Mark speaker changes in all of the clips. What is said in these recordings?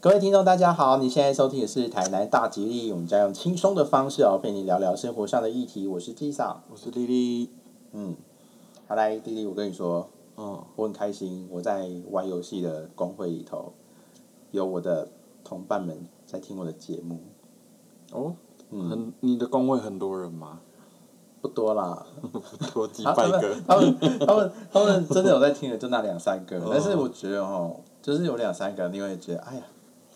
Speaker 1: 各位听众，大家好！你现在收听的是台南大吉利，我们将用轻松的方式哦，陪你聊聊生活上的议题。我是纪赏，
Speaker 2: 我是丽丽，
Speaker 1: 嗯，好来，弟弟，我跟你说，
Speaker 2: 嗯，
Speaker 1: 我很开心，我在玩游戏的公会里头，有我的同伴们在听我的节目，
Speaker 2: 哦，
Speaker 1: 嗯，
Speaker 2: 很，你的工会很多人吗？
Speaker 1: 不多啦，
Speaker 2: 多几
Speaker 1: 啊
Speaker 2: 百个，
Speaker 1: 他们他们他们他们真的有在听的，就那两三个，但是我觉得哦，就是有两三个，你会觉得，哎呀，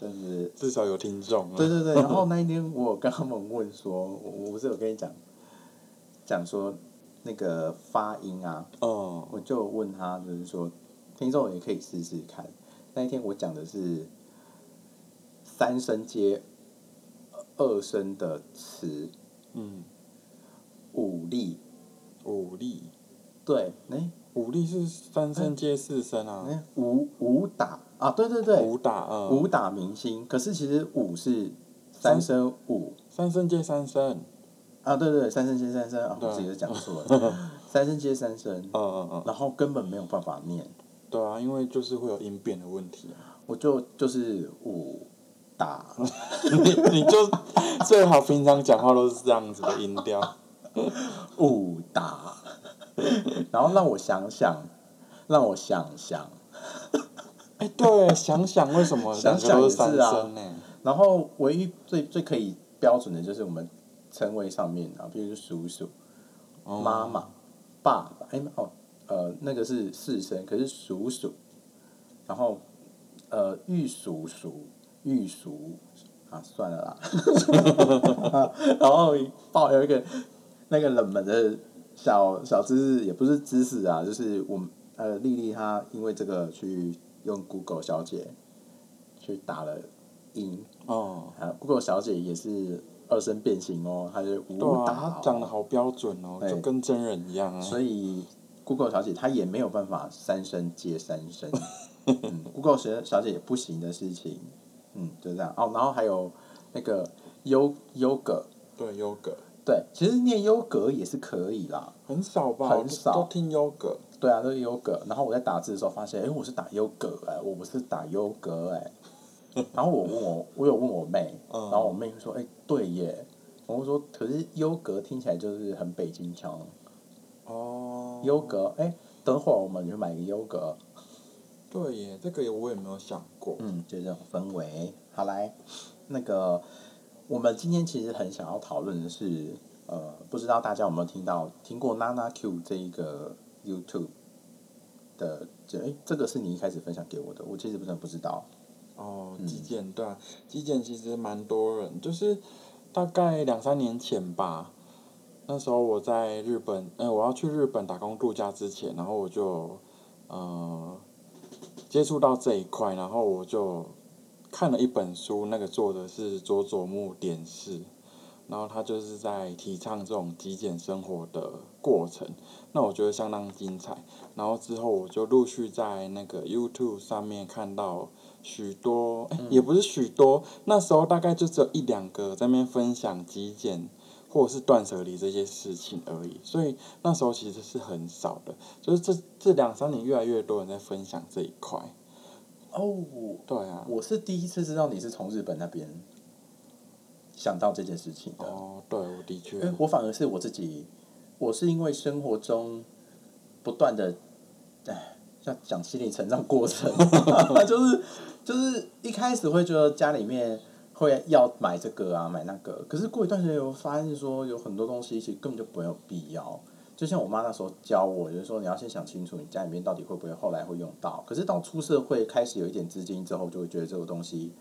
Speaker 1: 真是
Speaker 2: 至少有听众啊。
Speaker 1: 对对对，然后那一天我有跟他们问说，我我不是有跟你讲，讲说那个发音啊，
Speaker 2: 嗯，
Speaker 1: 我就问他，就是说，听众也可以试试看。那一天我讲的是三声接二声的词
Speaker 2: 嗯，
Speaker 1: 五力，
Speaker 2: 武力，
Speaker 1: 对，哎
Speaker 2: 武力是
Speaker 1: 嗯
Speaker 2: 三声接四声啊，
Speaker 1: 哎武武打啊，对对对，
Speaker 2: 武打，嗯，
Speaker 1: 武打明星。可是其实武是三声武。
Speaker 2: 三声接三声，
Speaker 1: 啊，对对，对三声接三声啊，我
Speaker 2: 对
Speaker 1: 自己都讲错 了，三声接三声，
Speaker 2: 嗯嗯嗯，
Speaker 1: 然后根本没有办法念，
Speaker 2: 对啊，因为就是会有音变的问题啊。
Speaker 1: 我就就是五打，
Speaker 2: 你你就最好平常讲话都是这样子的音调。
Speaker 1: 五打， 然后让我想想，让我想想，
Speaker 2: 哎，对，想想为什么
Speaker 1: 想
Speaker 2: 两个
Speaker 1: 想
Speaker 2: 都
Speaker 1: 也
Speaker 2: 是三
Speaker 1: 是啊
Speaker 2: 声呢？
Speaker 1: 然后唯一最最可以标准的就是我们称谓上面啊，比如说叔叔、
Speaker 2: 哦
Speaker 1: 妈妈、爸爸，哎哦，呃，那个是四声，可是叔叔，然后呃，玉叔叔、玉叔啊，算了啦。 然后抱有一个那个冷门的小小知识，也不是知识啊，就是我们呃，丽丽她因为这个去用 Google 小姐去打了音，
Speaker 2: 哦，
Speaker 1: 啊，Google 小姐也是二声变形哦，她是
Speaker 2: 对
Speaker 1: 武
Speaker 2: 啊，
Speaker 1: 打、
Speaker 2: 他讲的好标准哦，
Speaker 1: 对
Speaker 2: 就跟真人一样啊。
Speaker 1: 所以 Google 小姐她也没有办法三声接三 声、嗯、，Google 小小姐也不行的事情，嗯，就这样哦。然后还有那个优优格，
Speaker 2: 对，优格
Speaker 1: 对，其实念优格也是可以啦，
Speaker 2: 很少吧？
Speaker 1: 很少
Speaker 2: 都听优格。
Speaker 1: 对啊，都是优格。然后我在打字的时候发现，哎、我是打优格哎、我不是打优格哎、然后我问我，我有问我妹，
Speaker 2: 嗯
Speaker 1: 然后我妹说，哎、对耶。我说，可是优格听起来就是很北京腔，
Speaker 2: 哦，
Speaker 1: 优格哎。等会儿我们去买个优格，
Speaker 2: 对耶，这个我也没有想过。
Speaker 1: 嗯，就这种氛围。好来，那个我们今天其实很想要讨论的是，呃，不知道大家有没有听到听过 Nana Q 这一个 YouTube 的这诶，这个是你一开始分享给我的，我其实真的不知道。
Speaker 2: 哦，
Speaker 1: 嗯
Speaker 2: 击剑对啊，击剑其实蛮多人，就是大概两三年前吧。那时候我在日本，哎、我要去日本打工度假之前，然后我就呃接触到这一块，然后我就看了一本书，那个作者是佐佐木典士，然后他就是在提倡这种极简生活的过程，那我觉得相当精彩。然后之后我就陆续在那个 YouTube 上面看到许多，
Speaker 1: 嗯
Speaker 2: 诶也不是许多，那时候大概就只有一两个在那边分享极简或者是断舍离这些事情而已，所以那时候其实是很少的，就是这这两三年越来越多人在分享这一块。
Speaker 1: 哦，
Speaker 2: 对啊，
Speaker 1: 我是第一次知道你是从日本那边想到这件事情的。
Speaker 2: 哦，对，我的确
Speaker 1: 因，哎为我反而是我自己，我是因为生活中不断的，哎，要讲心理成长过程， 就是就是一开始会觉得家里面会要买这个啊，买那个，可是过一段时间我发现说有很多东西其实根本就没有必要。就像我妈那时候教我，就是说你要先想清楚你家里面到底会不会后来会用到。可是到出社会开始有一点资金之后，就会觉得这个东西，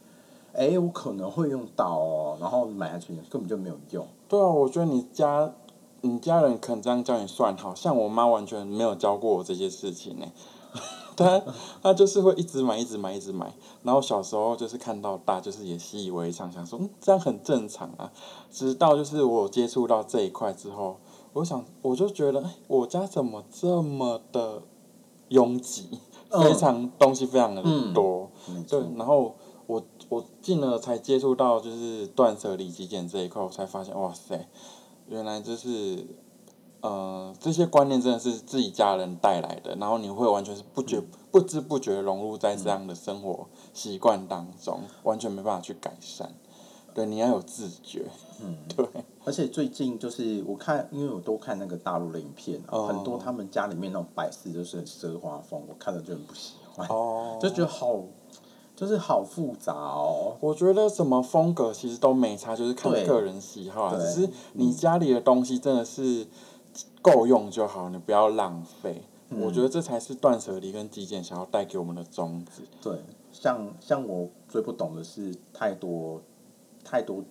Speaker 1: 哎，我可能会用到哦，然后买下去根本就没有用。
Speaker 2: 对啊，我觉得你家你家人肯这样教你算好，像我妈完全没有教过我这些事情呢、 她她就是会一直买，一直买，一直买。然后小时候就是看到大，就是也习以为常，想说嗯这样很正常啊。直到就是我接触到这一块之后，我想我就觉得，哎，我家怎么这么的拥挤，
Speaker 1: 嗯
Speaker 2: 非常东西非常的
Speaker 1: 嗯
Speaker 2: 多。
Speaker 1: 没
Speaker 2: 对
Speaker 1: 错，
Speaker 2: 然后我我进了才接触到就是断舍离极简这一块，我才发现哇塞，原来就是呃这些观念真的是自己家人带来的，然后你会完全是不觉、不知不觉融入在这样的生活习惯当中，完全没办法去改善。对，你要有自觉。
Speaker 1: 嗯，
Speaker 2: 对，
Speaker 1: 而且最近就是我看，因为我多看那个大陆的影片、啊，
Speaker 2: 哦
Speaker 1: 很多他们家里面那种摆饰就是很奢华风，我看了就很不喜欢，
Speaker 2: 哦
Speaker 1: 就觉得好，就是好复杂哦。
Speaker 2: 我觉得什么风格其实都没差，就是看
Speaker 1: 对
Speaker 2: 个人喜好啊。
Speaker 1: 对嗯
Speaker 2: 只是你家里的东西真的是够用就好，你不要浪费。
Speaker 1: 嗯
Speaker 2: 我觉得这才是断舍离跟极简想要带给我们的宗旨。
Speaker 1: 对，像像我最不懂的是太多太多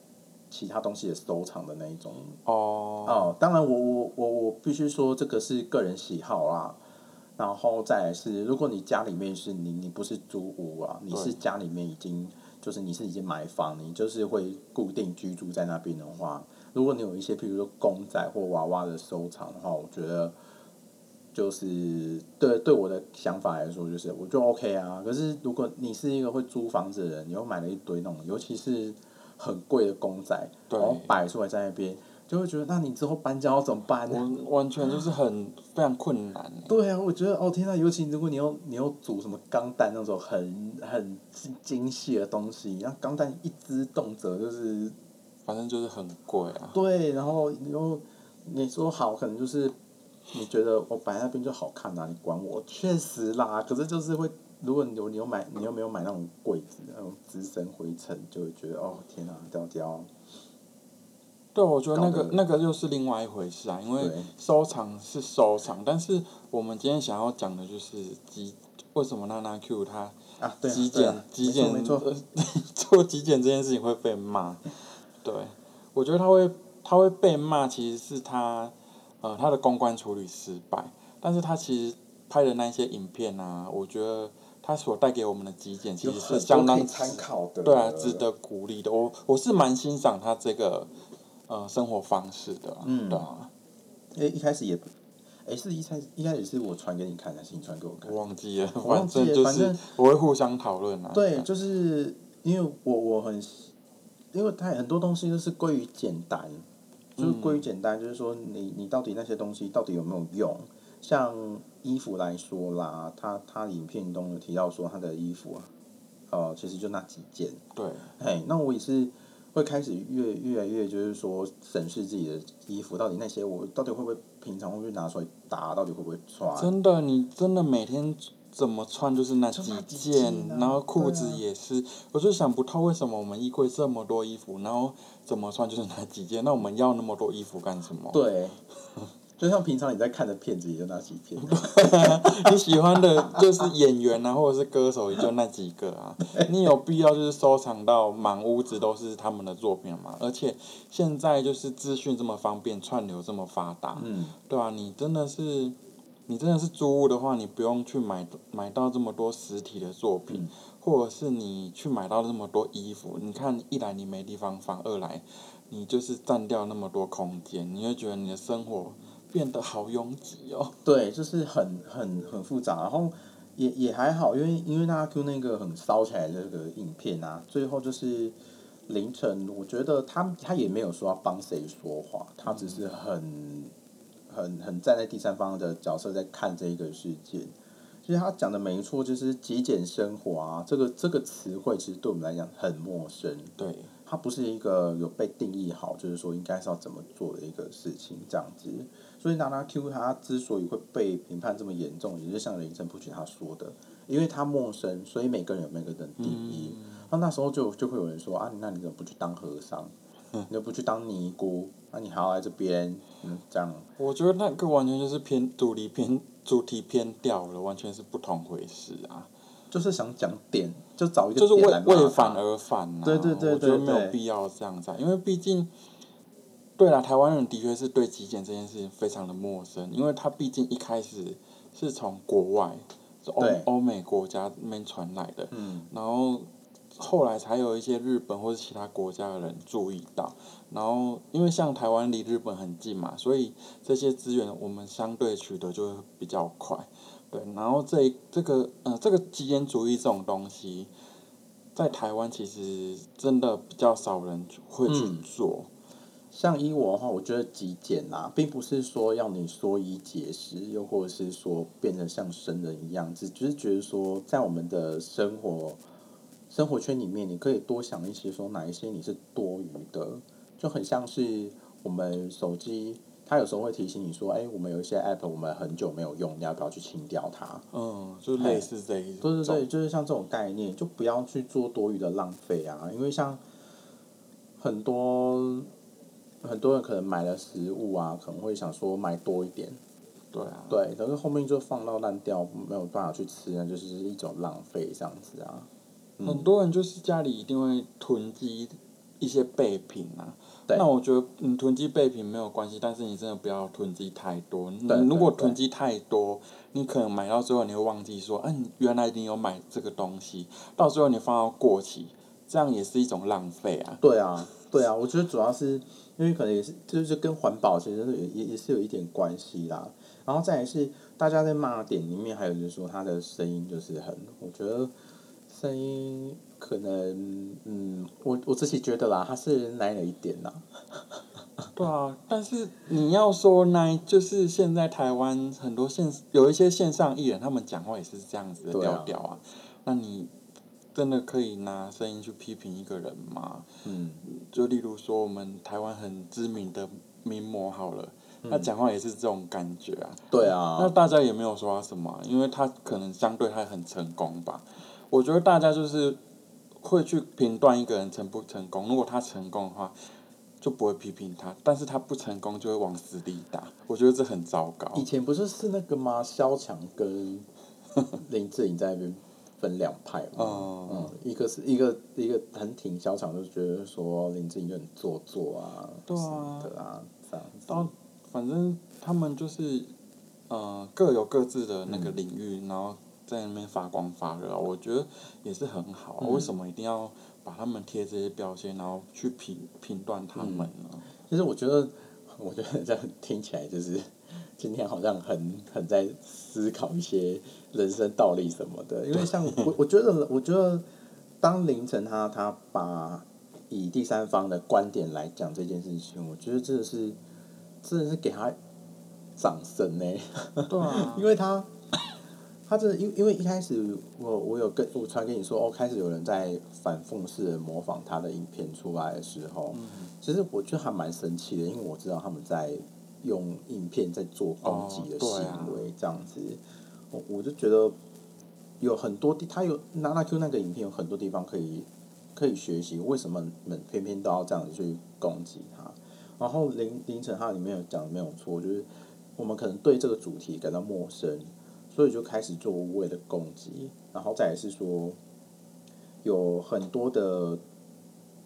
Speaker 1: 其他东西的收藏的那一种
Speaker 2: 哦，
Speaker 1: 哦，当然我我我我必须说这个是个人喜好啦。然后再来是，如果你家里面是你你不是租屋啊，你是家里面已经就是你是已经买房，你就是会固定居住在那边的话，如果你有一些譬如说公仔或娃娃的收藏的话，我觉得就是对对我的想法来说，就是我就 OK 啊。可是如果你是一个会租房子的人，你又买了一堆那种，尤其是很贵的公仔，
Speaker 2: 对
Speaker 1: 然后摆出来在那边，就会觉得那你之后搬家要怎么办呢？
Speaker 2: 我完全就是很非常困难欸。
Speaker 1: 对啊，我觉得哦天呐，尤其如果你要你要煮什么钢蛋那种很很精精细的东西，那钢蛋一只动辄就是
Speaker 2: 反正就是很贵啊。
Speaker 1: 对，然后你又你说好，可能就是你觉得我摆在那边就好看啊，你管我？确实啦，可是就是会，如果你有你有买，你又没有买那种柜子，那种滋生灰尘，就会觉得哦天啊，掉掉，
Speaker 2: 对，我觉得
Speaker 1: 搞
Speaker 2: 那个
Speaker 1: 得
Speaker 2: 那个又是另外一回事啊，因为
Speaker 1: 对
Speaker 2: 收藏是收藏，但是我们今天想要讲的就是极为什么娜娜 Q 她
Speaker 1: 啊，对啊，
Speaker 2: 极
Speaker 1: 对
Speaker 2: 简
Speaker 1: 啊，
Speaker 2: 极
Speaker 1: 没
Speaker 2: 简呃
Speaker 1: 错没错，
Speaker 2: 做极简这件事情会被骂。对，我觉得他会他会被骂，其实是他呃他的公关处理失败，但是他其实拍的那些影片啊，我觉得他所带给我们的极简其
Speaker 1: 有
Speaker 2: 实
Speaker 1: 很多
Speaker 2: 是相
Speaker 1: 可
Speaker 2: 当
Speaker 1: 以参
Speaker 2: 值
Speaker 1: 考的，
Speaker 2: 对啊，值得鼓励的。我我是蛮欣赏他这个呃生活方式的啊，
Speaker 1: 嗯
Speaker 2: 对啊，
Speaker 1: 诶，一开始也，诶，是一开始一开始是我传给你看的，还是你传给我看
Speaker 2: 我？忘记了，
Speaker 1: 我忘
Speaker 2: 反
Speaker 1: 记了
Speaker 2: 正就
Speaker 1: 反
Speaker 2: 是
Speaker 1: 正
Speaker 2: 我会互相讨论啊。
Speaker 1: 对，就是因为我我很，因为它很多东西都是归于简单，就是归
Speaker 2: 嗯
Speaker 1: 于简单，就是说你你到底那些东西到底有没有用？像衣服来说啦，他他影片中有提到说他的衣服啊，呃，其实就那几件，
Speaker 2: 对，
Speaker 1: 嘿，那我也是会开始越越来越就是说审视自己的衣服，到底那些我到底会不会平常会不会拿出来搭，到底会不会穿？
Speaker 2: 真的，你真的每天怎么穿就是那
Speaker 1: 就
Speaker 2: 几
Speaker 1: 那几
Speaker 2: 件，
Speaker 1: 件啊
Speaker 2: 然后裤子
Speaker 1: 对啊
Speaker 2: 也是，我就想不透为什么我们衣柜这么多衣服，然后怎么穿就是那几件，那我们要那么多衣服干什么？
Speaker 1: 对， 就像平常你在看的片子，也就那几片。
Speaker 2: 你喜欢的就是演员啊，或者是歌手，也就那几个啊。你有必要就是收藏到满屋子都是他们的作品嘛？而且现在就是资讯这么方便，串流这么发达，
Speaker 1: 嗯，
Speaker 2: 对啊，你真的是，你真的是租屋的话，你不用去买买到这么多实体的作品，
Speaker 1: 嗯
Speaker 2: 或者是你去买到这么多衣服。你看，一来你没地方放，二来你就是占掉那么多空间，你会觉得你的生活变得好拥挤哦。
Speaker 1: 对，就是很很很复杂，然后也也还好，因为因为那阿 Q 那个很烧起来的这个影片啊，最后就是凌晨，我觉得他他也没有说要帮谁说话，他只是很很很站在第三方的角色在看这一个事件。其实他讲的没错，就是极简生活啊，这个这个词汇其实对我们来讲很陌生，
Speaker 2: 对，
Speaker 1: 它不是一个有被定义好，就是说应该是要怎么做的一个事情这样子。所以娜娜 Q 她之所以会被评判这么严重，也就像林森普奇他说的，因为他陌生，所以每个人有每个人的定义。
Speaker 2: 嗯
Speaker 1: 那、那时候就就会有人说啊，那你怎么不去当和尚？你又不去当尼姑？那、你还要来这边？嗯，这样
Speaker 2: 我觉得那个完全就是偏主题偏主题偏掉了，完全是不同回事啊，
Speaker 1: 就是想讲点，就找一个
Speaker 2: 就是为
Speaker 1: 点来骂
Speaker 2: 为
Speaker 1: 他
Speaker 2: 反而反啊。
Speaker 1: 对对对
Speaker 2: 我觉得
Speaker 1: 对
Speaker 2: 没有
Speaker 1: 对
Speaker 2: 必要这样子、啊，因为毕竟，对啦，台湾人的确是对极简这件事情非常的陌生，因为他毕竟一开始是从国外，是欧
Speaker 1: 对
Speaker 2: 欧美国家那边传来的，
Speaker 1: 嗯，
Speaker 2: 然后后来才有一些日本或是其他国家的人注意到，然后因为像台湾离日本很近嘛，所以这些资源我们相对取得就会比较快，对，然后这一这个呃这个极简主义这种东西，在台湾其实真的比较少人去会去
Speaker 1: 嗯
Speaker 2: 做，
Speaker 1: 像依我的话，我觉得极简啦，并不是说要你缩衣节食，又或者是说变得像神人一样，只只是觉得说，在我们的生活生活圈里面，你可以多想一些，说哪一些你是多余的，就很像是我们手机，它有时候会提醒你说，哎、我们有一些 app 我们很久没有用，你要不要去清掉它？
Speaker 2: 嗯，就类似这一
Speaker 1: 对
Speaker 2: 种，
Speaker 1: 对对，就是像这种概念，就不要去做多余的浪费啊，因为像很多很多人可能买了食物啊，可能会想说买多一点，
Speaker 2: 对啊，
Speaker 1: 对，可是后面就放到烂掉，没有办法去吃，那就是一种浪费这样子啊。嗯
Speaker 2: 很多人就是家里一定会囤积一些备品啊。
Speaker 1: 对
Speaker 2: 那我觉得你囤积备品没有关系，但是你真的不要囤积太多。你
Speaker 1: 对
Speaker 2: 如果
Speaker 1: 对
Speaker 2: 囤积太多，你可能买到最后你会忘记说，嗯、你原来你有买这个东西，到最后你放到过期，这样也是一种浪费啊。
Speaker 1: 对啊，对啊，我觉得主要是因为可能也是就是跟环保其实是有也也是有一点关系啦。然后再来是大家在骂的点里面，还有就是说他的声音就是很，我觉得声音可能嗯，我我自己觉得啦，他是奶了一点啦。
Speaker 2: 对啊，但是你要说呢，就是现在台湾很多线有一些线上艺人，他们讲话也是这样子的
Speaker 1: 对啊
Speaker 2: 调调啊。那你真的可以拿声音去批评一个人吗？
Speaker 1: 嗯，
Speaker 2: 就例如说我们台湾很知名的名模好了，他讲话也是这种感觉啊。
Speaker 1: 对
Speaker 2: 那
Speaker 1: 啊，
Speaker 2: 大家也没有说他什么啊、因为他可能相对他很成功吧。我觉得大家就是会去评断一个人成不成功，如果他成功的话，就不会批评他；但是他不成功，就会往死里打。我觉得这很糟糕。
Speaker 1: 以前不是是那个吗？萧蔷跟 林志颖在那边分两派嘛。
Speaker 2: 嗯
Speaker 1: 嗯，一个是一个一个很挺小厂，就觉得说林志颖就很做作啊，
Speaker 2: 对啊
Speaker 1: 什么的啊，这样子。
Speaker 2: 到反正他们就是呃各有各自的那个领域，然后在那边发光发热啊，我觉得也是很好啊。
Speaker 1: 嗯
Speaker 2: 为什么一定要把他们贴这些标签，然后去评评断他们呢？
Speaker 1: 其实我觉得， 我觉得这样听起来就是今天好像很很在思考一些人生道理什么的。因为像我，我觉得，我觉得当凌晨他他把以第三方的观点来讲这件事情，我觉得真的是真的是给他掌声呢、
Speaker 2: 对啊
Speaker 1: 因，为他他真的因因为一开始我我有跟我传给你说哦，开始有人在反讽式的模仿他的影片出来的时候，
Speaker 2: 嗯
Speaker 1: 其实我觉得还蛮神奇的，因为我知道他们在用影片在做攻击的
Speaker 2: 哦对啊
Speaker 1: 行为，这样子，我我就觉得有很多地，他有娜娜 Q 那个影片有很多地方可以可以学习，为什么你们偏偏都要这样子去攻击他？然后凌凌晨他里面有讲的没有错，就是我们可能对这个主题感到陌生，所以就开始做无谓的攻击，然后再来是说有很多的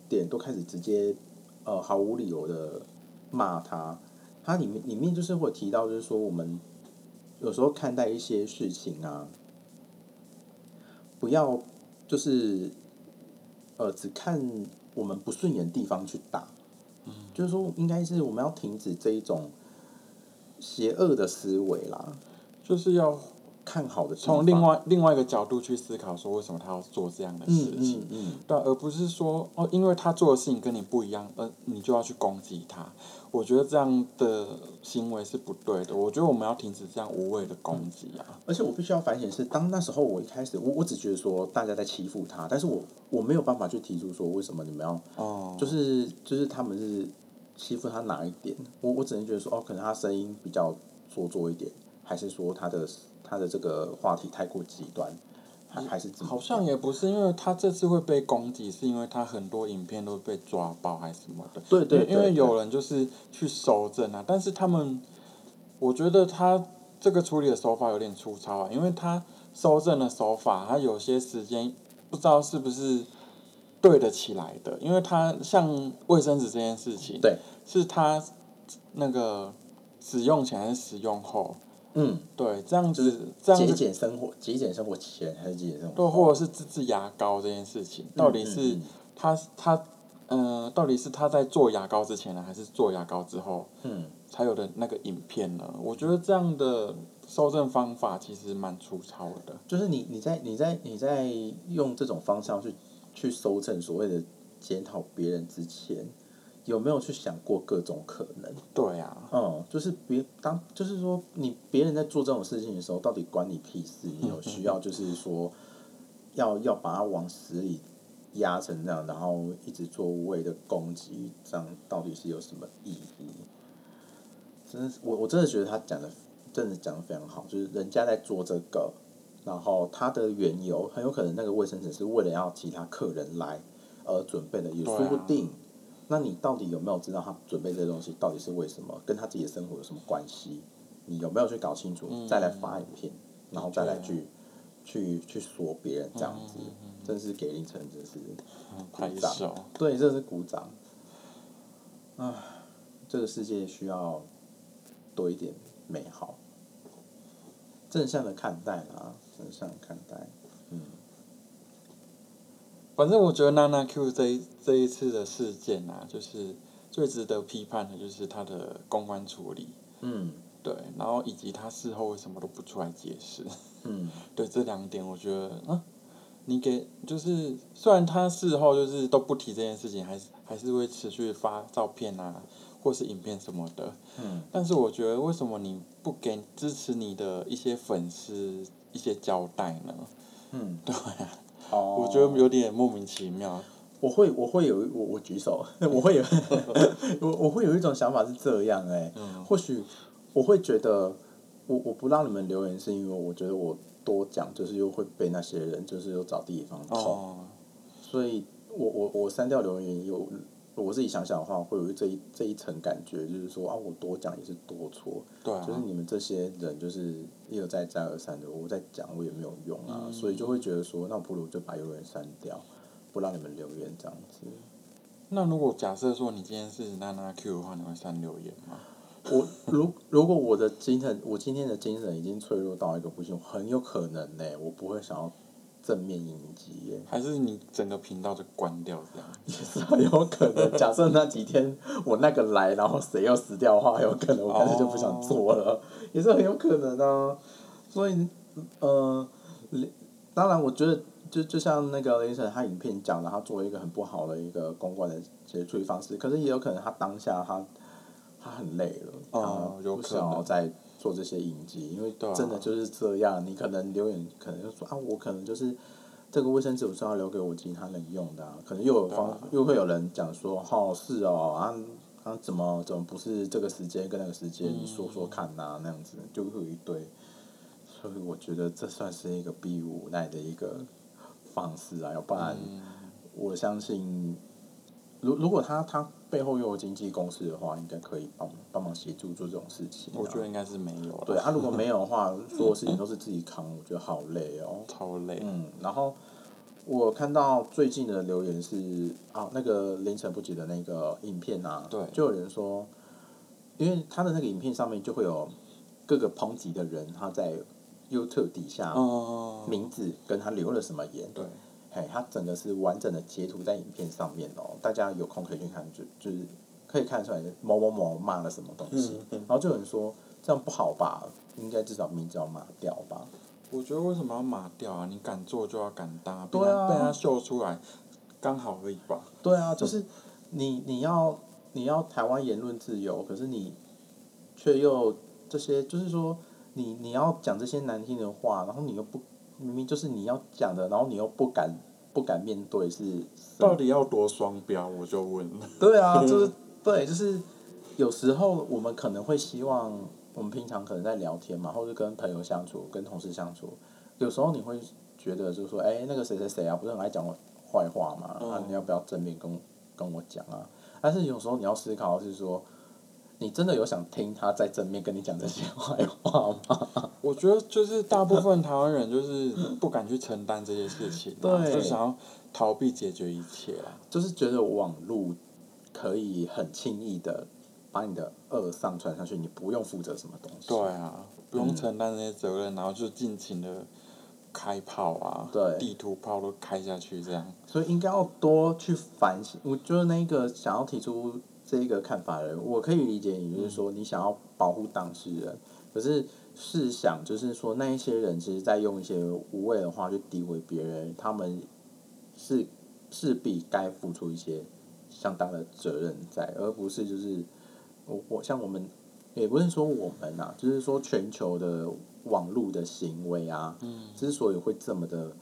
Speaker 1: 点都开始直接呃毫无理由的骂他，它里面里面就是会提到，就是说我们有时候看待一些事情啊，不要就是呃只看我们不顺眼的地方去打，嗯，就是说应该是我们要停止这一种邪恶的思维啦，
Speaker 2: 就是要
Speaker 1: 看好的地方
Speaker 2: 从哦另外另外一个角度去思考，说为什么他要做这样的
Speaker 1: 嗯
Speaker 2: 事情。
Speaker 1: 嗯嗯，
Speaker 2: 对啊，而不是说哦，因为他做的事情跟你不一样，而你就要去攻击他。我觉得这样的行为是不对的。我觉得我们要停止这样无谓的攻击啊。
Speaker 1: 而且我必须要反省是，当那时候我一开始我我只觉得说大家在欺负他，但是我我没有办法去提出说为什么你们要。
Speaker 2: 哦、
Speaker 1: 就是就是他们是欺负他哪一点？我我只能觉得说，哦，可能他声音比较做作一点，还是说他的他的这个话题太过极端，还还是怎么样？
Speaker 2: 好像也不是，因为他这次会被攻击，是因为他很多影片都被抓爆还是什么的。
Speaker 1: 对对
Speaker 2: 因为
Speaker 1: 对
Speaker 2: 因为
Speaker 1: 对
Speaker 2: 有人就是去搜证啊，但是他们，我觉得他这个处理的手法有点粗糙啊，因为他搜证的手法，他有些时间不知道是不是对得起来的，因为他像卫生纸这件事情，
Speaker 1: 对，
Speaker 2: 是他那个使用前还是使用后，
Speaker 1: 嗯，
Speaker 2: 对，这样子这样
Speaker 1: 节
Speaker 2: 子
Speaker 1: 俭生活，节俭生活前还是节俭生活
Speaker 2: 对，
Speaker 1: 后？
Speaker 2: 或者是自制牙膏这件事情，到底是
Speaker 1: 嗯
Speaker 2: 他他嗯、呃，到底是他在做牙膏之前呢，还是做牙膏之后
Speaker 1: 嗯，
Speaker 2: 才有的那个影片呢？我觉得这样的收证方法其实蛮粗糙的。
Speaker 1: 就是你你在你在你在用这种方向去去搜证所谓的检讨别人之前，有没有去想过各种可能？
Speaker 2: 对啊，
Speaker 1: 嗯，就是别当就是说你别人在做这种事情的时候，到底关你屁事？你有需要就是说要要把它往死里压成这样，然后一直做无谓的攻击，这样到底是有什么意义？真的是，我我真的觉得他讲的真的讲的非常好，就是人家在做这个，然后他的缘由很有可能那个卫生纸是为了要其他客人来而准备的，也
Speaker 2: 对啊
Speaker 1: 说不定。那你到底有没有知道他准备这些东西到底是为什么，跟他自己的生活有什么关系？你有没有去搞清楚，
Speaker 2: 嗯
Speaker 1: 再来发影片，然后再来
Speaker 2: 的确
Speaker 1: 去去去说别人这样子，
Speaker 2: 嗯
Speaker 1: 真是给凌晨，真是
Speaker 2: 拍
Speaker 1: 掌
Speaker 2: 手，
Speaker 1: 对，这是鼓掌。啊，这个世界需要多一点美好，正向的看待啦，正向的看待。
Speaker 2: 反正我觉得娜娜 Q 这一这一次的事件啊，就是最值得批判的就是她的公关处理，
Speaker 1: 嗯
Speaker 2: 对，然后以及她事后为什么都不出来解释，
Speaker 1: 嗯
Speaker 2: 对这两点，我觉得啊，你给就是虽然她事后就是都不提这件事情，还是还是会持续发照片啊，或是影片什么的，
Speaker 1: 嗯，
Speaker 2: 但是我觉得为什么你不给支持你的一些粉丝一些交代呢？
Speaker 1: 嗯，
Speaker 2: 对啊，
Speaker 1: 哦，
Speaker 2: 我觉得有点莫名其妙。
Speaker 1: 我会我会有我我举手， 我会有我我会有一种想法是这样哎、
Speaker 2: 嗯
Speaker 1: 或许我会觉得我我不让你们留言，是因为我觉得我多讲就是又会被那些人就是又找地方捅，
Speaker 2: 哦，
Speaker 1: 所以我我我删掉留言有我自己想想的话，会有这一这一层感觉，就是说啊，我多讲也是多错，
Speaker 2: 对啊，
Speaker 1: 就是你们这些人就是一而再再而三的，我在讲我也没有用啊，
Speaker 2: 嗯
Speaker 1: 所以就会觉得说，那我不如就把留言删掉，不让你们留言这样子。
Speaker 2: 那如果假设说你今天是娜娜 Q 的话，你会删留言吗？
Speaker 1: 我如如果我的精神，我今天的精神已经脆弱到一个不行，很有可能呢、我不会想要正面迎击耶、
Speaker 2: 还是你整个频道就关掉这样？
Speaker 1: 也 是很有可能。假设那几天我那个来，然后谁又死掉的话，有可能我干脆就不想做了，也是很有可能啊。所以，呃，林当然，我觉得就就像那个林晨他影片讲的，他作为一个很不好的一个公关的解处理方式，可是也有可能他当下他他很累了，
Speaker 2: 哦
Speaker 1: 他
Speaker 2: 有
Speaker 1: 不
Speaker 2: 可
Speaker 1: 想要
Speaker 2: 能
Speaker 1: 再做这些影集，因为
Speaker 2: 对啊
Speaker 1: 真的就是这样，你可能留言可能就说啊，我可能就是。这个卫生纸我是要留给我其他人用的、啊，可能又有方、又会有人讲说，哦是哦啊啊怎么怎么不是这个时间跟那个时间，
Speaker 2: 嗯
Speaker 1: 你说说看呐、那样子就会有一堆，所以我觉得这算是一个逼无奈的一个方式啊，要不然
Speaker 2: 嗯
Speaker 1: 我相信，如如果他他背后又有经纪公司的话，应该可以帮帮忙协助做这种事情、啊。
Speaker 2: 我觉得应该是没有了。
Speaker 1: 对，他、啊、如果没有的话，所有事情都是自己扛，我觉得好累哦。
Speaker 2: 超累。
Speaker 1: 嗯，然后我看到最近的留言是啊，那个凌晨不解的那个影片啊，
Speaker 2: 对
Speaker 1: 就有人说，因为他的那个影片上面就会有各个抨击的人，他在 YouTube 底下
Speaker 2: 哦、
Speaker 1: 名字跟他留了什么言，
Speaker 2: 对，
Speaker 1: 嘿，他整个是完整的截图在影片上面哦，大家有空可以去看，就就是可以看出来某某某骂了什么东
Speaker 2: 嗯
Speaker 1: 西，然后就有人说这样不好吧，应该至少名字要抹掉吧，
Speaker 2: 我觉得为什么要码掉啊？你敢做就要敢当，被
Speaker 1: 对啊
Speaker 2: 他被他秀出来，刚好而已吧。
Speaker 1: 对啊，就是你你要你要台湾言论自由，可是你却又这些，就是说你你要讲这些难听的话，然后你又不明明就是你要讲的，然后你又不敢不敢面对是，
Speaker 2: 到底要多双标？我就问了。
Speaker 1: 对
Speaker 2: 嗯
Speaker 1: 啊，就是对，就是有时候我们可能会希望我们平常可能在聊天嘛，或者跟朋友相处、跟同事相处，有时候你会觉得就是说，哎、那个谁谁谁啊，不是很爱讲我坏话嘛？那、
Speaker 2: 嗯
Speaker 1: 你要不要正面跟跟我讲啊？但是有时候你要思考的是说，你真的有想听他在正面跟你讲这些坏话吗？
Speaker 2: 我觉得就是大部分台湾人就是不敢去承担这些事情、啊，
Speaker 1: 对
Speaker 2: 就想要逃避解决一切啊啦。
Speaker 1: 就是觉得网络可以很轻易的把你的恶上传上去，你不用负责什么东西。
Speaker 2: 对啊，不用承担这些责任，然后就尽情的开炮啊，
Speaker 1: 对
Speaker 2: 地图炮都开下去这样。
Speaker 1: 所以应该要多去反省。我就是那一个想要提出这个看法的人，我可以理解你，就是说你想要保护当事人，可是试想，就是说那一些人其实在用一些无谓的话去诋毁别人，他们是势必该付出一些相当的责任在，而不是就是我我像我们也不是说我们啊，就是说全球的网络的行为啊，
Speaker 2: 嗯，
Speaker 1: 之所以会这么的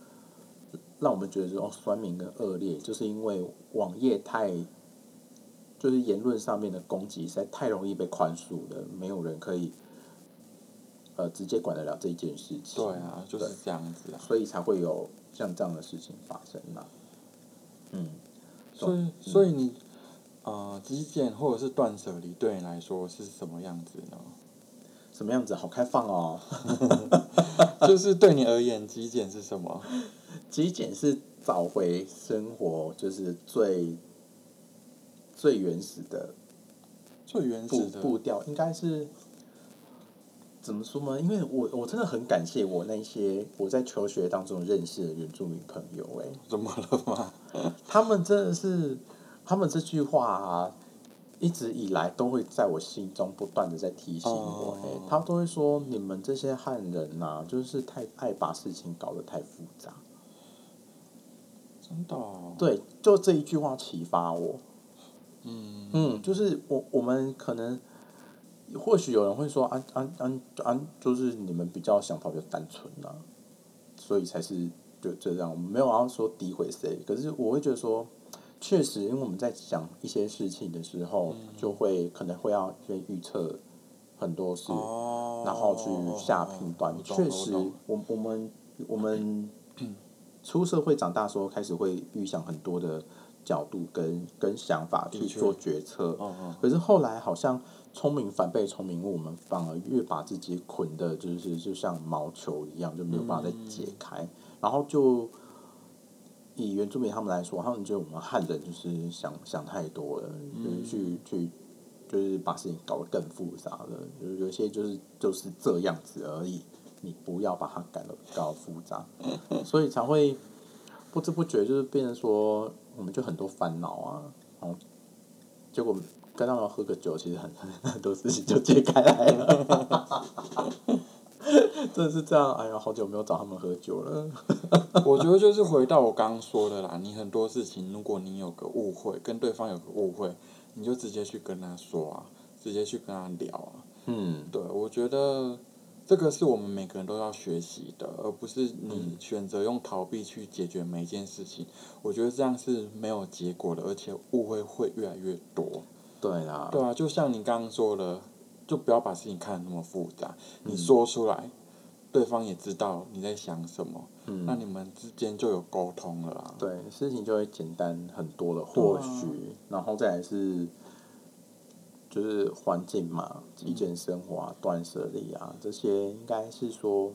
Speaker 1: 让我们觉得说哦，酸民跟恶劣，就是因为网页太就是言论上面的攻击实在太容易被宽恕了，没有人可以呃直接管得了这一件事情。
Speaker 2: 对啊，就是
Speaker 1: 对
Speaker 2: 这样子啊。
Speaker 1: 所以才会有像这样的事情发生啦。嗯，
Speaker 2: 所以，所以你呃，极简或者是断舍离对你来说是什么样子呢？
Speaker 1: 什么样子？好开放哦。
Speaker 2: 就是对你而言，极简是什么？
Speaker 1: 极简是找回生活，就是最最原始的
Speaker 2: 最原
Speaker 1: 步
Speaker 2: 始的
Speaker 1: 步调，应该是怎么说呢？因为我我真的很感谢我那些我在求学当中认识的原住民朋友、欸，
Speaker 2: 怎么了吗？
Speaker 1: 他们真的是，他们这句话啊，一直以来都会在我心中不断的在提醒我
Speaker 2: 哦。
Speaker 1: 哎、他都会说你们这些汉人呐、就是太爱把事情搞得太复杂。
Speaker 2: 真的、哦？，
Speaker 1: 对，就这一句话启发我。
Speaker 2: 嗯，
Speaker 1: 嗯，就是我我们可能，或许有人会说，啊安安安安，就是你们比较想法比较单纯啊，所以才是就这样。我们没有要说诋毁谁，可是我会觉得说，确实，因为我们在讲一些事情的时候，就会可能会要先预测很多事，
Speaker 2: 哦，
Speaker 1: 然后去下评断。
Speaker 2: 我懂
Speaker 1: 确实
Speaker 2: 我懂，
Speaker 1: 我我们我们出社会长大时候，开始会预想很多的角度跟跟想法去
Speaker 2: 的确
Speaker 1: 做决策。
Speaker 2: 哦哦，
Speaker 1: 可是后来好像聪明反被聪明误，我们反而越把自己捆的，就是就像毛球一样，就没有办法再解开。然后就以原住民他们来说，他们觉得我们汉人就是想想太多了，就是去去就是把事情搞得更复杂了。有有些就是就是这样子而已，你不要把它搞得搞复杂，所以才会不知不觉就是变成说，我们就很多烦恼啊，然后结果跟他们喝个酒，其实很很多事情就解开来了。 真的是这样，哎呀，好久没有找他们喝酒了。
Speaker 2: 我觉得就是回到我刚刚说的啦，你很多事情，如果你有个误会，跟对方有个误会，你就直接去跟他说啊，直接去跟他聊啊。
Speaker 1: 嗯，
Speaker 2: 对，我觉得这个是我们每个人都要学习的，而不是
Speaker 1: 嗯
Speaker 2: 你选择用逃避去解决每一件事情。我觉得这样是没有结果的，而且误会会越来越多。
Speaker 1: 对啦，
Speaker 2: 对啊，就像你刚刚说的，就不要把事情看得那么复杂，
Speaker 1: 嗯
Speaker 2: 你说出来，对方也知道你在想什么，
Speaker 1: 嗯
Speaker 2: 那你们之间就有沟通了啦。
Speaker 1: 对，事情就会简单很多了，
Speaker 2: 对
Speaker 1: 或
Speaker 2: 啊
Speaker 1: 许，然后再来是就是环境嘛，极简生活啊、断舍离啊，这些应该是说，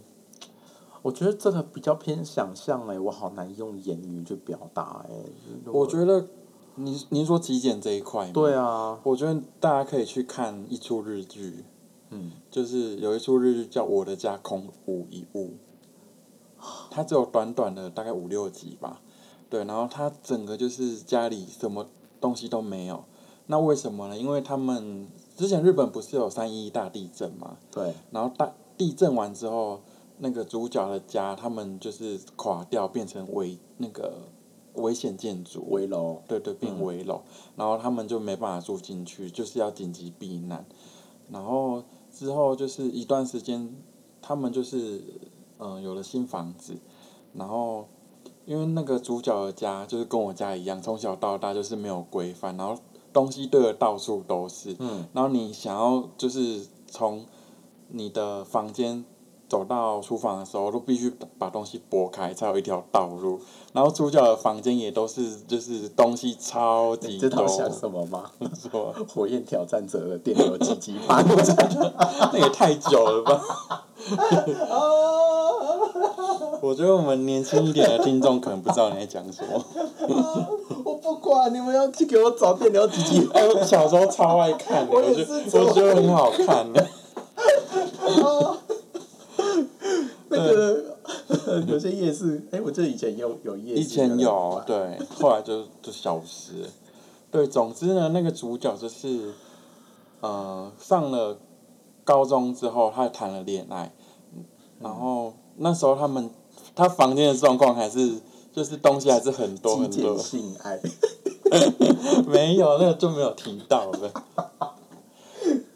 Speaker 1: 我觉得这个比较偏想象哎、我好难用言语去表达哎、如果
Speaker 2: 我觉得你你说极简这一块，
Speaker 1: 对，啊，
Speaker 2: 我觉得大家可以去看一出日剧，
Speaker 1: 嗯，
Speaker 2: 就是有一出日剧叫《我的家空无一物》，它只有短短的大概五六集吧，对，然后它整个就是家里什么东西都没有，那为什么呢？因为他们之前日本不是有三一一大地震嘛，
Speaker 1: 对，
Speaker 2: 然后大地震完之后，那个主角的家他们就是垮掉，变成危那个危险建筑，
Speaker 1: 围楼，
Speaker 2: 对对，变
Speaker 1: 嗯
Speaker 2: 危楼，然后他们就没办法住进去，就是要紧急避难。然后之后就是一段时间，他们就是嗯、呃有了新房子，然后因为那个主角的家就是跟我家一样，从小到大就是没有规范，然后东西堆的到处都是，
Speaker 1: 嗯
Speaker 2: 然后你想要就是从你的房间走到厨房的时候，都必须把东西拨开，才有一条道路。然后主角的房间也都是就是东西超级
Speaker 1: 你
Speaker 2: 多
Speaker 1: 知，道像什么吗？
Speaker 2: 是吧
Speaker 1: 《火焰挑战者》的电流击击发
Speaker 2: 那也太久了吧？
Speaker 1: 啊
Speaker 2: 我觉得我们年轻一点的听众可能不知道你在讲什么。
Speaker 1: 我不管，你们要去给我找电流击 击
Speaker 2: 哎，我小时候超爱看的，
Speaker 1: 我
Speaker 2: 我
Speaker 1: 也
Speaker 2: 觉
Speaker 1: 是
Speaker 2: 得我觉得很好看的。
Speaker 1: 那个 有些夜市，哎、我记得以前有有夜市，
Speaker 2: 以前有，对，后来就就消失了。对，总之呢，那个主角就是，呃，上了高中之后，他谈了恋爱，然
Speaker 1: 嗯
Speaker 2: 后那时候他们他房间的状况还是就是东西还是很多
Speaker 1: 极
Speaker 2: 很多
Speaker 1: 简，性爱，
Speaker 2: 没有，那个就没有提 到了。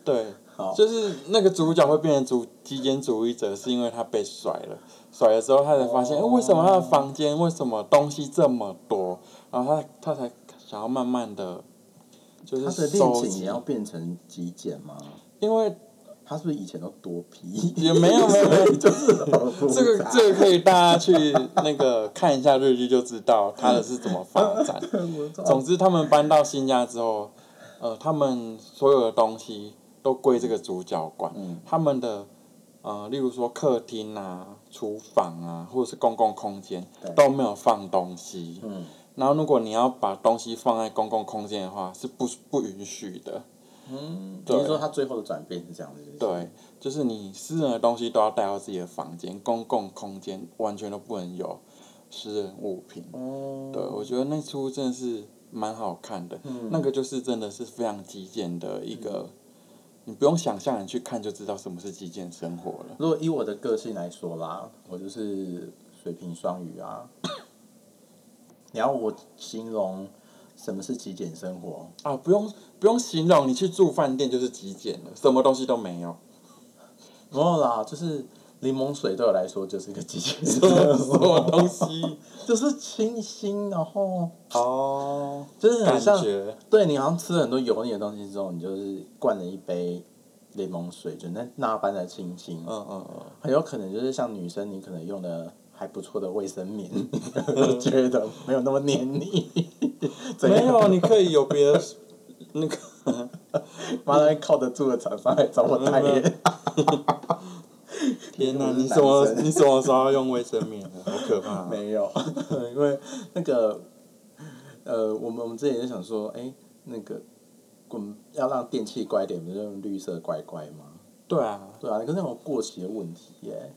Speaker 2: 对，
Speaker 1: 好，
Speaker 2: 就是那个主角会变成主极简主义者，是因为他被甩了。甩了之后，他才发现，哎、
Speaker 1: 哦
Speaker 2: 为什么他的房间为什么东西这么多？然后他他才想要慢慢的，就是
Speaker 1: 他的恋
Speaker 2: 收
Speaker 1: 情
Speaker 2: 集
Speaker 1: 也要变成极简吗？
Speaker 2: 因为
Speaker 1: 他是不是以前都多批？
Speaker 2: 也没有没有没有
Speaker 1: 所以就是很复杂
Speaker 2: 这个这个可以大家去那个看一下日剧就知道他的是怎么发展。
Speaker 1: 我操
Speaker 2: 总之，他们搬到新家之后，呃，他们所有的东西都归这个主角管。
Speaker 1: 嗯
Speaker 2: 他们的呃，例如说客厅啊、厨房啊，或者是公共空间
Speaker 1: 对
Speaker 2: 都没有放东西。
Speaker 1: 嗯，
Speaker 2: 然后，如果你要把东西放在公共空间的话，是不不允许的。
Speaker 1: 嗯，
Speaker 2: 对
Speaker 1: 你是说他最后的转变是这样子？
Speaker 2: 对，就是你私人的东西都要带到自己的房间，公共空间完全都不能有私人物品。
Speaker 1: 哦，
Speaker 2: 对，我觉得那出真的是蛮好看的，
Speaker 1: 嗯
Speaker 2: 那个就是真的是非常极简的一个，你不用想象，你去看就知道什么是极简生活了。
Speaker 1: 如果以我的个性来说啦，我就是水瓶双鱼啊。 你要我形容什么是极简生活？
Speaker 2: 啊，不用不用形容，你去住饭店就是极简了，什么东西都没 有。
Speaker 1: 没有啦，就是柠檬水对我来说就是一个极简
Speaker 2: 什么
Speaker 1: 生
Speaker 2: 什
Speaker 1: 活
Speaker 2: 么，东西？
Speaker 1: 就是清新，然后
Speaker 2: 哦，
Speaker 1: 就是
Speaker 2: 感
Speaker 1: 很像，
Speaker 2: 觉
Speaker 1: 对你好像吃了很多油腻的东西之后，你就是灌了一杯柠檬水，就那那般的清新。
Speaker 2: 嗯嗯嗯，
Speaker 1: 很有可能就是像女生，你可能用的还不错的卫生棉， 觉得没有那么黏腻。怎
Speaker 2: 没
Speaker 1: 样
Speaker 2: 有，啊你可以有别的那个，
Speaker 1: 妈的靠得住的厂商来找我代言，
Speaker 2: 天哪，
Speaker 1: 我是
Speaker 2: 你
Speaker 1: 男
Speaker 2: 什么
Speaker 1: 生
Speaker 2: 你什么时候要用卫生棉了？好可 怕、啊！
Speaker 1: 没有， 因为那个呃，我们我们之前就想说，哎、那个我们要让电器乖一点，不是用绿色乖乖吗？
Speaker 2: 对啊，
Speaker 1: 对啊，可是那种过期的问题耶、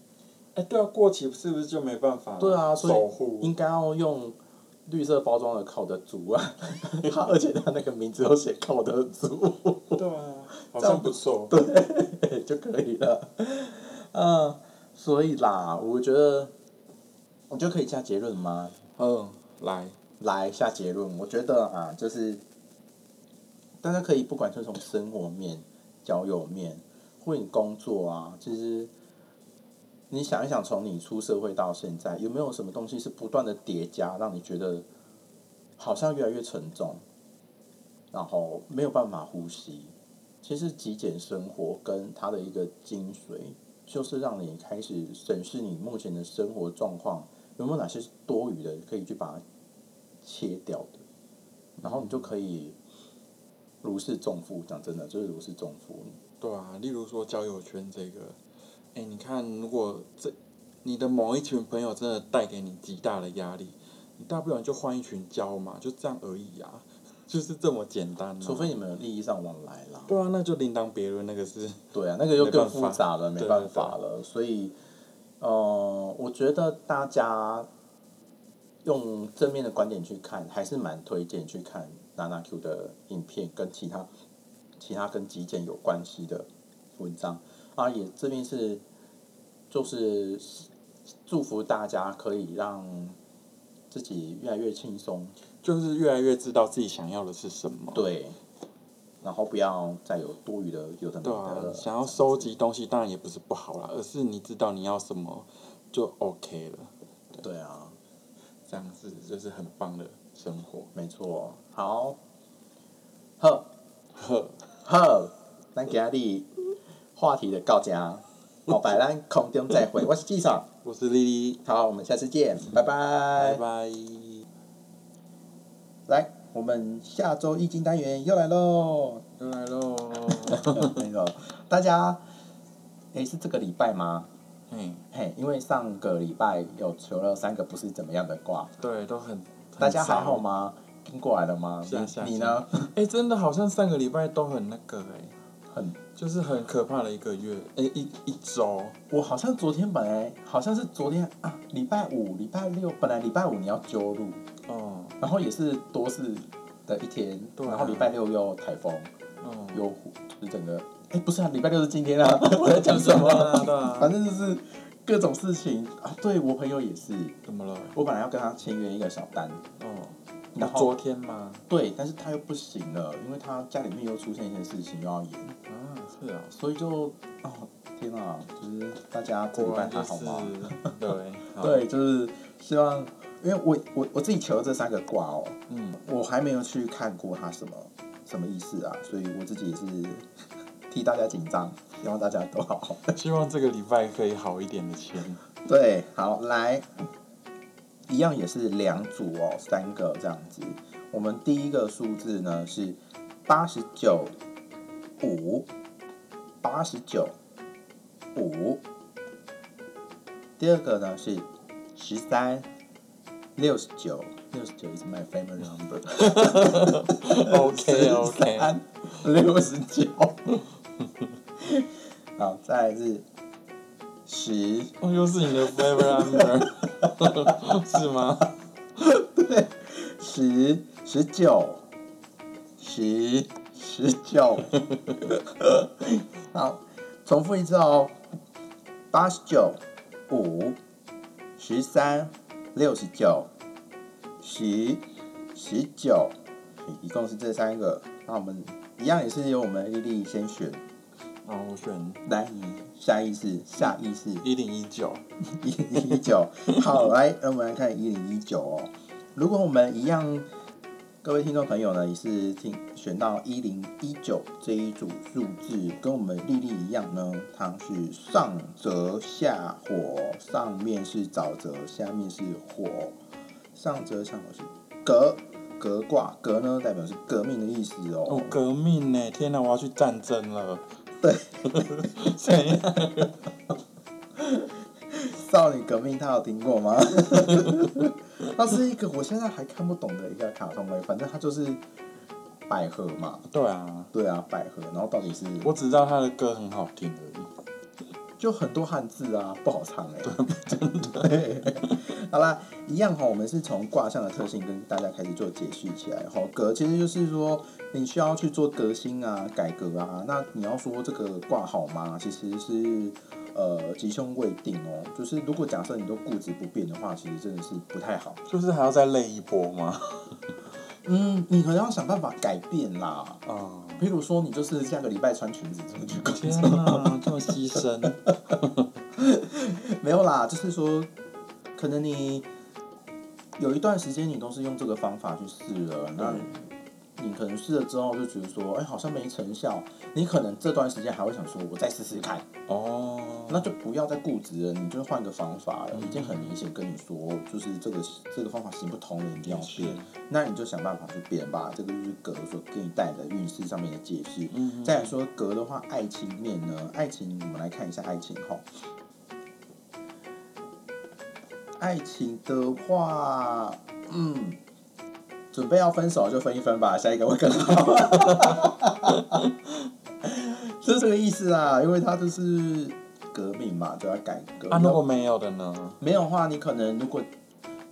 Speaker 2: 哎、对啊，过期是不是就没办法
Speaker 1: 对啊，所
Speaker 2: 守
Speaker 1: 以
Speaker 2: 护？
Speaker 1: 应该要用绿色包装的靠得住啊， 它而且它那个名字都写靠得住。
Speaker 2: 对啊，好
Speaker 1: 这样
Speaker 2: 像不错。
Speaker 1: 就可以了。嗯，所以啦，我觉得，我觉得可以下结论吗？
Speaker 2: 嗯，来，
Speaker 1: 来下结论，我觉得啊，就是大家可以不管是从生活面、交友面，或你工作啊，其实你想一想，从你出社会到现在，有没有什么东西是不断的叠加，让你觉得好像越来越沉重，然后没有办法呼吸？其实极简生活跟它的一个精髓，就是让你开始审视你目前的生活状况有没有哪些是多余的，可以去把它切掉的，然后你就可以如释重负。讲真的，就是如释重负。
Speaker 2: 对啊，例如说交友圈这个，哎、你看，如果这你的某一群朋友真的带给你极大的压力，你大不了就换一群交嘛，就这样而已啊， 就是这么简单、啊。
Speaker 1: 除非你们有利益上往来啦。
Speaker 2: 对啊，那就另当别论，那个是
Speaker 1: 对啊，那个就更
Speaker 2: 没
Speaker 1: 复
Speaker 2: 办法
Speaker 1: 杂了，没
Speaker 2: 对
Speaker 1: 办法了。所以，呃，我觉得大家用正面的观点去看，还是蛮推荐去看娜娜 Q 的影片跟其他其他跟极简有关系的文章啊。也这边是就是祝福大家可以让自己越来越轻松，
Speaker 2: 就是越来越知道自己想要的是什么。
Speaker 1: 对，然后不要再有多余的有的没
Speaker 2: 对
Speaker 1: 的
Speaker 2: 啊
Speaker 1: 了，，
Speaker 2: 想要收集东西当然也不是不好啦，而是你知道你要什么就 OK 了，
Speaker 1: 对啊。
Speaker 2: 这样子就是很棒的生活。
Speaker 1: 没错，好，呵
Speaker 2: 呵，
Speaker 1: 呵，咱今日话题的到这，啊好，拜，咱空中再 会，我是纪赏，
Speaker 2: 我是丽丽，
Speaker 1: 好，我们下次见，拜拜
Speaker 2: 拜。 拜。
Speaker 1: 来，我们下周易经单元又来喽，
Speaker 2: 又来喽。
Speaker 1: 没有，大家，诶，是这个礼拜吗？
Speaker 2: 嗯，
Speaker 1: 嘿，因为上个礼拜有求了三个不是怎么样的卦，
Speaker 2: 对，都很。很
Speaker 1: 大家还
Speaker 2: 少
Speaker 1: 好？吗？听过来了吗？
Speaker 2: 是啊是啊
Speaker 1: 你你呢？
Speaker 2: 哎、真的好像上个礼拜都很那个哎、
Speaker 1: 很
Speaker 2: 就是很可怕的一个月，哎、一一周。
Speaker 1: 我好像昨天本来好像是昨天啊，礼拜五、礼拜六，本来礼拜五你要揪录，
Speaker 2: 嗯
Speaker 1: 然后也是多事的一天，
Speaker 2: 对啊
Speaker 1: 然后礼拜六又台风，
Speaker 2: 嗯，
Speaker 1: 又就是整个，哎、不是啊，礼拜六是今天啊，我在讲什
Speaker 2: 对啊
Speaker 1: 么？
Speaker 2: 对啊
Speaker 1: 反正就是各种事情啊。对我朋友也是，
Speaker 2: 怎么了？
Speaker 1: 我本来要跟他签约一个小单，
Speaker 2: 哦，你
Speaker 1: 然后
Speaker 2: 昨天吗？
Speaker 1: 对，但是他又不行了，因为他家里面又出现一些事情，又要演，
Speaker 2: 啊，是啊，
Speaker 1: 所以就哦天啊，就是大家这礼
Speaker 2: 果
Speaker 1: 拜
Speaker 2: 然就
Speaker 1: 还好
Speaker 2: 是
Speaker 1: 吗？
Speaker 2: 对好
Speaker 1: 对，就是希望，因为我我我自己求的这三个卦哦，
Speaker 2: 嗯，
Speaker 1: 我还没有去看过它什么什么意思啊，所以我自己也是 替大家紧张，希望大家都好好。
Speaker 2: 希望这个礼拜可以好一点的 签。
Speaker 1: 对，好来，一样也是两组哦，三个这样子。我们第一个数字呢是八十九五，八十九五。第二个呢是十三六十九，六十九 is my favorite number。
Speaker 2: OK OK，
Speaker 1: 三六十九。好，再来是十。
Speaker 2: 哦，又是你的 favorite number，是吗？
Speaker 1: 十十九，十十九， 好，重复一次哦，八十九，五，十三，六十九，十十九，一共是这三个。那我们一样也是由我们丽丽先选，
Speaker 2: 哦，我选
Speaker 1: 来，你下意识，下意识，
Speaker 2: 一零一九。
Speaker 1: 一零一九。好，来，那我们来看一零一九哦。如果我们一样，各位听众朋友呢，也是听选到一零一九这一组数字，跟我们丽丽一样呢，它是上则下火，上面是沼泽，下面是火，上则下火是革。革卦，革呢代表是革命的意思
Speaker 2: 哦，革命呢！天哪，我要去战争了。
Speaker 1: 对，
Speaker 2: 怎样？
Speaker 1: 少女革命，她有听过吗？ 它是一个我现在还看不懂的一个卡通哎、反正它就是百合嘛，
Speaker 2: 对啊，
Speaker 1: 对啊，百合，然后到底是
Speaker 2: 我只知道他的歌很好听而已。
Speaker 1: 就很多汉字啊，不好唱哎、 真的。好啦，一样哈，我们是从卦象的特性跟大家开始做解释起来。好，革其实就是说你需要去做革新啊、改革啊。那你要说这个卦好吗？其实是呃吉凶未定哦。就是如果假设你都固执不变的话，其实真的是不太好。
Speaker 2: 就是还要再累一波吗？
Speaker 1: 嗯，你可能要想办法改变啦。
Speaker 2: 啊、
Speaker 1: 譬如说，你就是下个礼拜穿裙子出去工
Speaker 2: 天
Speaker 1: 作，
Speaker 2: 哪，这么牺牲。
Speaker 1: 没有啦，就是说，可能你有一段时间你都是用这个方法去试了，那你可能试了之后就觉得说，哎、好像没成效，你可能这段时间还会想说，我再试试看，
Speaker 2: 哦，
Speaker 1: 那就不要再固执了，你就换个方法了。已经很明显跟你说，就是这个这个方法行不通了，你一定要
Speaker 2: 也是
Speaker 1: 变，那你就想办法去变吧。这个就是格所给你带的运势上面的解释。
Speaker 2: 嗯，
Speaker 1: 再来说格的话，爱情面呢？爱情，我们来看一下爱情哈。爱情的话，嗯，准备要分手就分一分吧，下一个会更好， 就是这个意思啦。因为它就是革命嘛，就要改革。
Speaker 2: 啊，如果没有的呢？
Speaker 1: 没有的话，你可能如果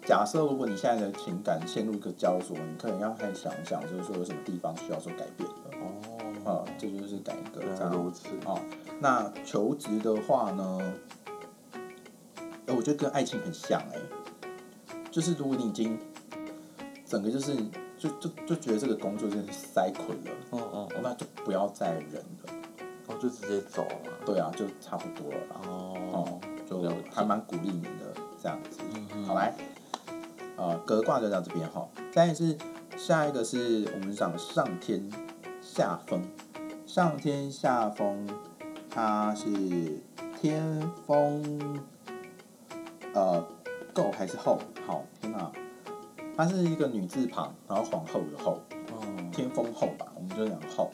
Speaker 1: 假设如果你现在的情感陷入一个焦灼，你可能要开始想一想，就是说有什么地方需要做改变的。
Speaker 2: 哦，
Speaker 1: 啊，这就是改革
Speaker 2: 原
Speaker 1: 这
Speaker 2: 来
Speaker 1: 样
Speaker 2: 如此。
Speaker 1: 啊、那求职的话呢，哎、我觉得跟爱情很像哎、就是如果你已经整个就是就就就觉得这个工作就是塞捆了，哦
Speaker 2: 嗯嗯嗯，
Speaker 1: 那就不要再忍了。
Speaker 2: 我就直接走了。
Speaker 1: 对啊，就差不多了啦。
Speaker 2: 哦
Speaker 1: 哦，，就
Speaker 2: 了解
Speaker 1: 还蛮鼓励你的这样子。
Speaker 2: 嗯嗯
Speaker 1: 好来，呃，格卦就到这边哈。再来是下一个是我们讲上天下风，上天下风，它是天风，呃，够还是后？好，天哪，它是一个女字旁，然后皇后的后，
Speaker 2: 哦，
Speaker 1: 天风后吧，我们就讲后。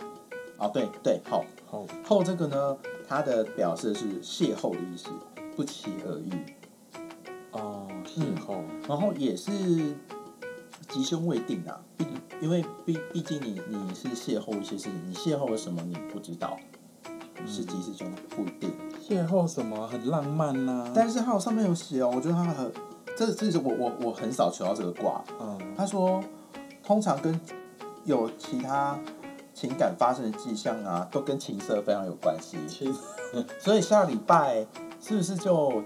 Speaker 1: 啊，对对，后
Speaker 2: 好，
Speaker 1: 后这个呢，它的表示是邂逅的意思，不期而遇。
Speaker 2: 哦，邂逅，
Speaker 1: 然后也是吉凶未定啊，毕因为毕毕竟你你是邂逅一些事情，你邂逅了什么你不知道，是吉是凶不一定。
Speaker 2: 邂逅什么很浪漫呐？
Speaker 1: 但是还有上面有写哦，我觉得他很，这这是我我我很少求到这个卦。
Speaker 2: 嗯，
Speaker 1: 他说，通常跟有其他情感发生的迹象啊，都跟情色非常有关系。
Speaker 2: 其实
Speaker 1: 所以下礼拜是不是就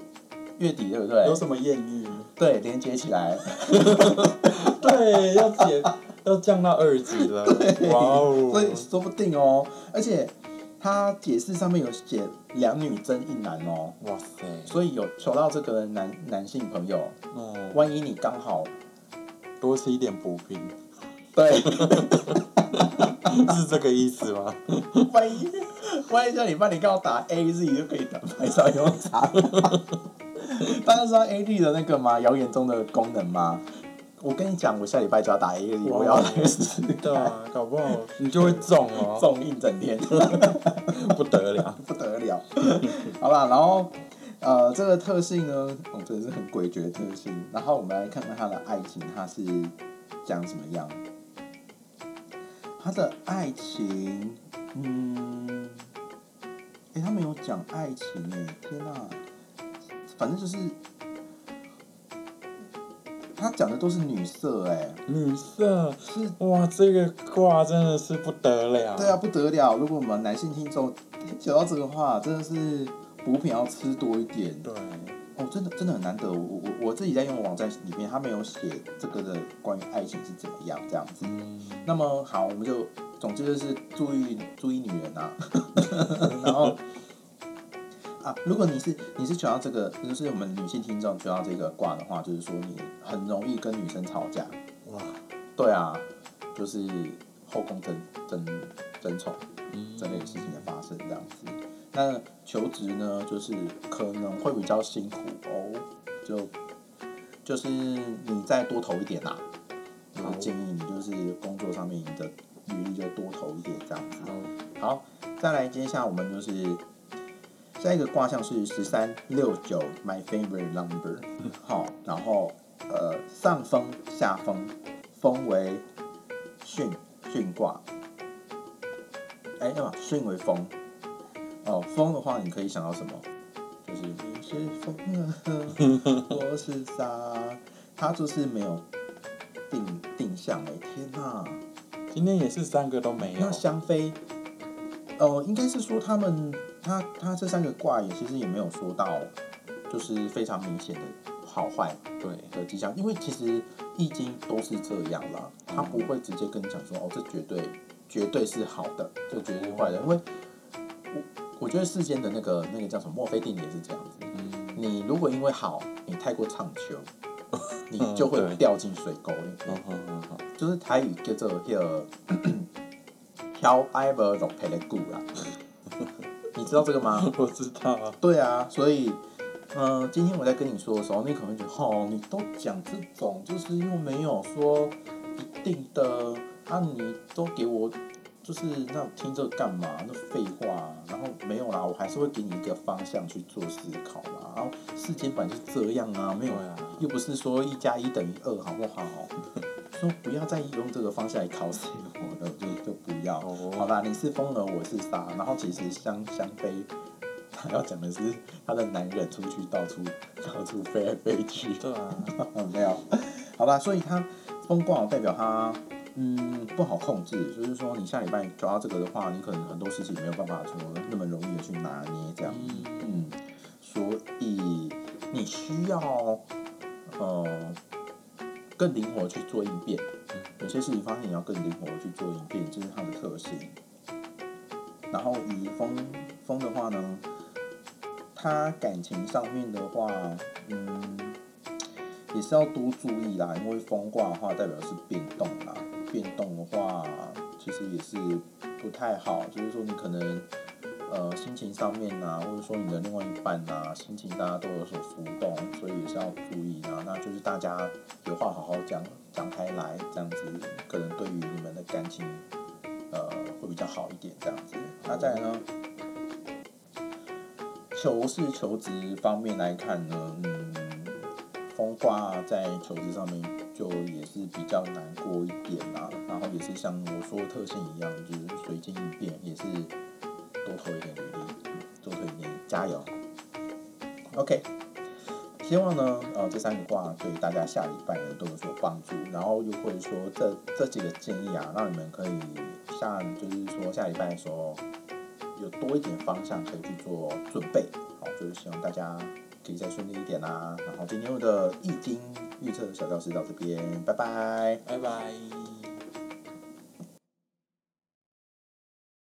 Speaker 1: 月底对不对
Speaker 2: 有？什么艳遇？
Speaker 1: 对，连接起来，
Speaker 2: 对，要解要降到二级 了，哇哦！
Speaker 1: 所以说不定哦。而且他解释上面有写两女争一男哦，
Speaker 2: 哇塞，
Speaker 1: 所以有求到这个男男性朋友，
Speaker 2: 嗯，
Speaker 1: 万一你刚好
Speaker 2: 多吃一点补品，
Speaker 1: 对，
Speaker 2: 是这个意思吗？
Speaker 1: 万一万一叫你帮你刚好打 A Z 就可以打白烧用茶。大家知道 A D 的那个吗？谣言中的功能吗？我跟你讲，我下礼拜就要打 A Z，我要来试试
Speaker 2: 对啊，搞不好你就会中 哦，
Speaker 1: 中一整天。
Speaker 2: 不得了。
Speaker 1: 不得了， 好吧，然后呃，这个特性呢，哦，真的是很嗯诡谲的特性。然后我们来看看他的爱情，他是长什么样？他的爱情，嗯，哎、他没有讲爱情哎，天呐，反正就是他讲的都是女色哎，
Speaker 2: 女色，
Speaker 1: 是
Speaker 2: 哇，这个卦真的是不得了。
Speaker 1: 对啊，，不得了！如果我们男性听众讲到这个话，真的是补品要吃多一点
Speaker 2: 对，
Speaker 1: 哦，真的真的很难得。我我我我自己在用的网站里面，它没有写这个的关于爱情是怎么样这样子。
Speaker 2: 嗯，
Speaker 1: 那么好，我们就总之就是注意注意女人啊， 然后啊，如果你是你是选到这个，就是我们女性听众选到这个卦的话，就是说你很容易跟女生吵架。
Speaker 2: 哇，
Speaker 1: 对啊，就是后宫争争争宠。
Speaker 2: 嗯
Speaker 1: 这类的事情的发生这样子。那求职呢，就是可能会比较辛苦哦，就就是你再多投一点啦、
Speaker 2: 好
Speaker 1: 我建议你就是工作上面你的履历就多投一点这样子。
Speaker 2: 好，
Speaker 1: 好，再来接下我们就是下一个卦象是十三六九，my favorite number。好， 然后呃上风下风，风为巽巽卦，哎、那么巽为风。哦，风的话你可以想到什么？就是你是风啊， 我是沙，它就是没有定定向哎、天哪、
Speaker 2: 今天也是三个都没有
Speaker 1: 那。香妃，呃，应该是说他们他他这三个卦也其实也没有说到，就是非常明显的好坏
Speaker 2: 对，
Speaker 1: 的迹象，因为其实易经都是这样啦，他不会直接跟你讲说哦，这绝对绝对是好的，这绝对是坏的，因为我我觉得世间的那个那个叫什么墨菲定理也是这样子，
Speaker 2: 嗯，
Speaker 1: 你如果因为好你太过唱秋，你
Speaker 2: 嗯
Speaker 1: 就会
Speaker 2: 对
Speaker 1: 掉进水沟里面。
Speaker 2: 好好好好，
Speaker 1: 就是台语叫做迄、那个 挑爱无落魄的骨啦，你知道这个 吗？
Speaker 2: 我知道啊。
Speaker 1: 对啊，所以，嗯、今天我在跟你说的时候，你可能会觉得，哦，你都讲这种，就是又没有说一定的啊，你都给我，就是那听这个干嘛？那废话、啊然后没有啦，我还是会给你一个方向去做思考嘛。然后世间本来就是这样啊，没有
Speaker 2: 对啊，
Speaker 1: 又不是说一加一等于二，好不好？ 说不要再用这个方向来考试我了，就就不要。
Speaker 2: 哦
Speaker 1: 好啦，你是风儿，我是沙。然后其实香香妃，她要讲的是她的男人出去到处到处飞来飞去，
Speaker 2: 对啊，
Speaker 1: 没有。好啦，所以她风光代表她嗯不好控制，就是说你下礼拜抓到这个的话，你可能很多事情没有办法说那么容易的去拿捏这样。
Speaker 2: 嗯，
Speaker 1: 嗯，所以你需要呃更灵活去做应变。有些事情发现你要更灵活去做应变，这是它的特性。然后以风风的话呢，他感情上面的话，嗯，也是要多注意啦，因为风卦的话代表是变动啦，变动的话其实也是不太好，就是说你可能呃心情上面啊，或者说你的另外一半啊，心情大家都有所浮动，所以也是要注意啊。那就是大家有话好好讲讲开来，这样子可能对于你们的感情呃会比较好一点，这样子。那再来呢？求是求职方面来看呢，嗯，风卦在求职上面就也是比较难过一点啦、然后也是像我说的特性一样，就是随机应变，也是多投一点履历，多投一点，加油。OK，希望呢，呃，这三个卦对大家下礼拜呢都有所帮助，然后又或者说这这几个建议啊，让你们可以下，就是说下礼拜的哦时候有多一点方向可以去做准备。好，就是希望大家可以再顺利一点啦、啊然后今天的易经预测小教室到这边，拜拜。
Speaker 2: 拜拜。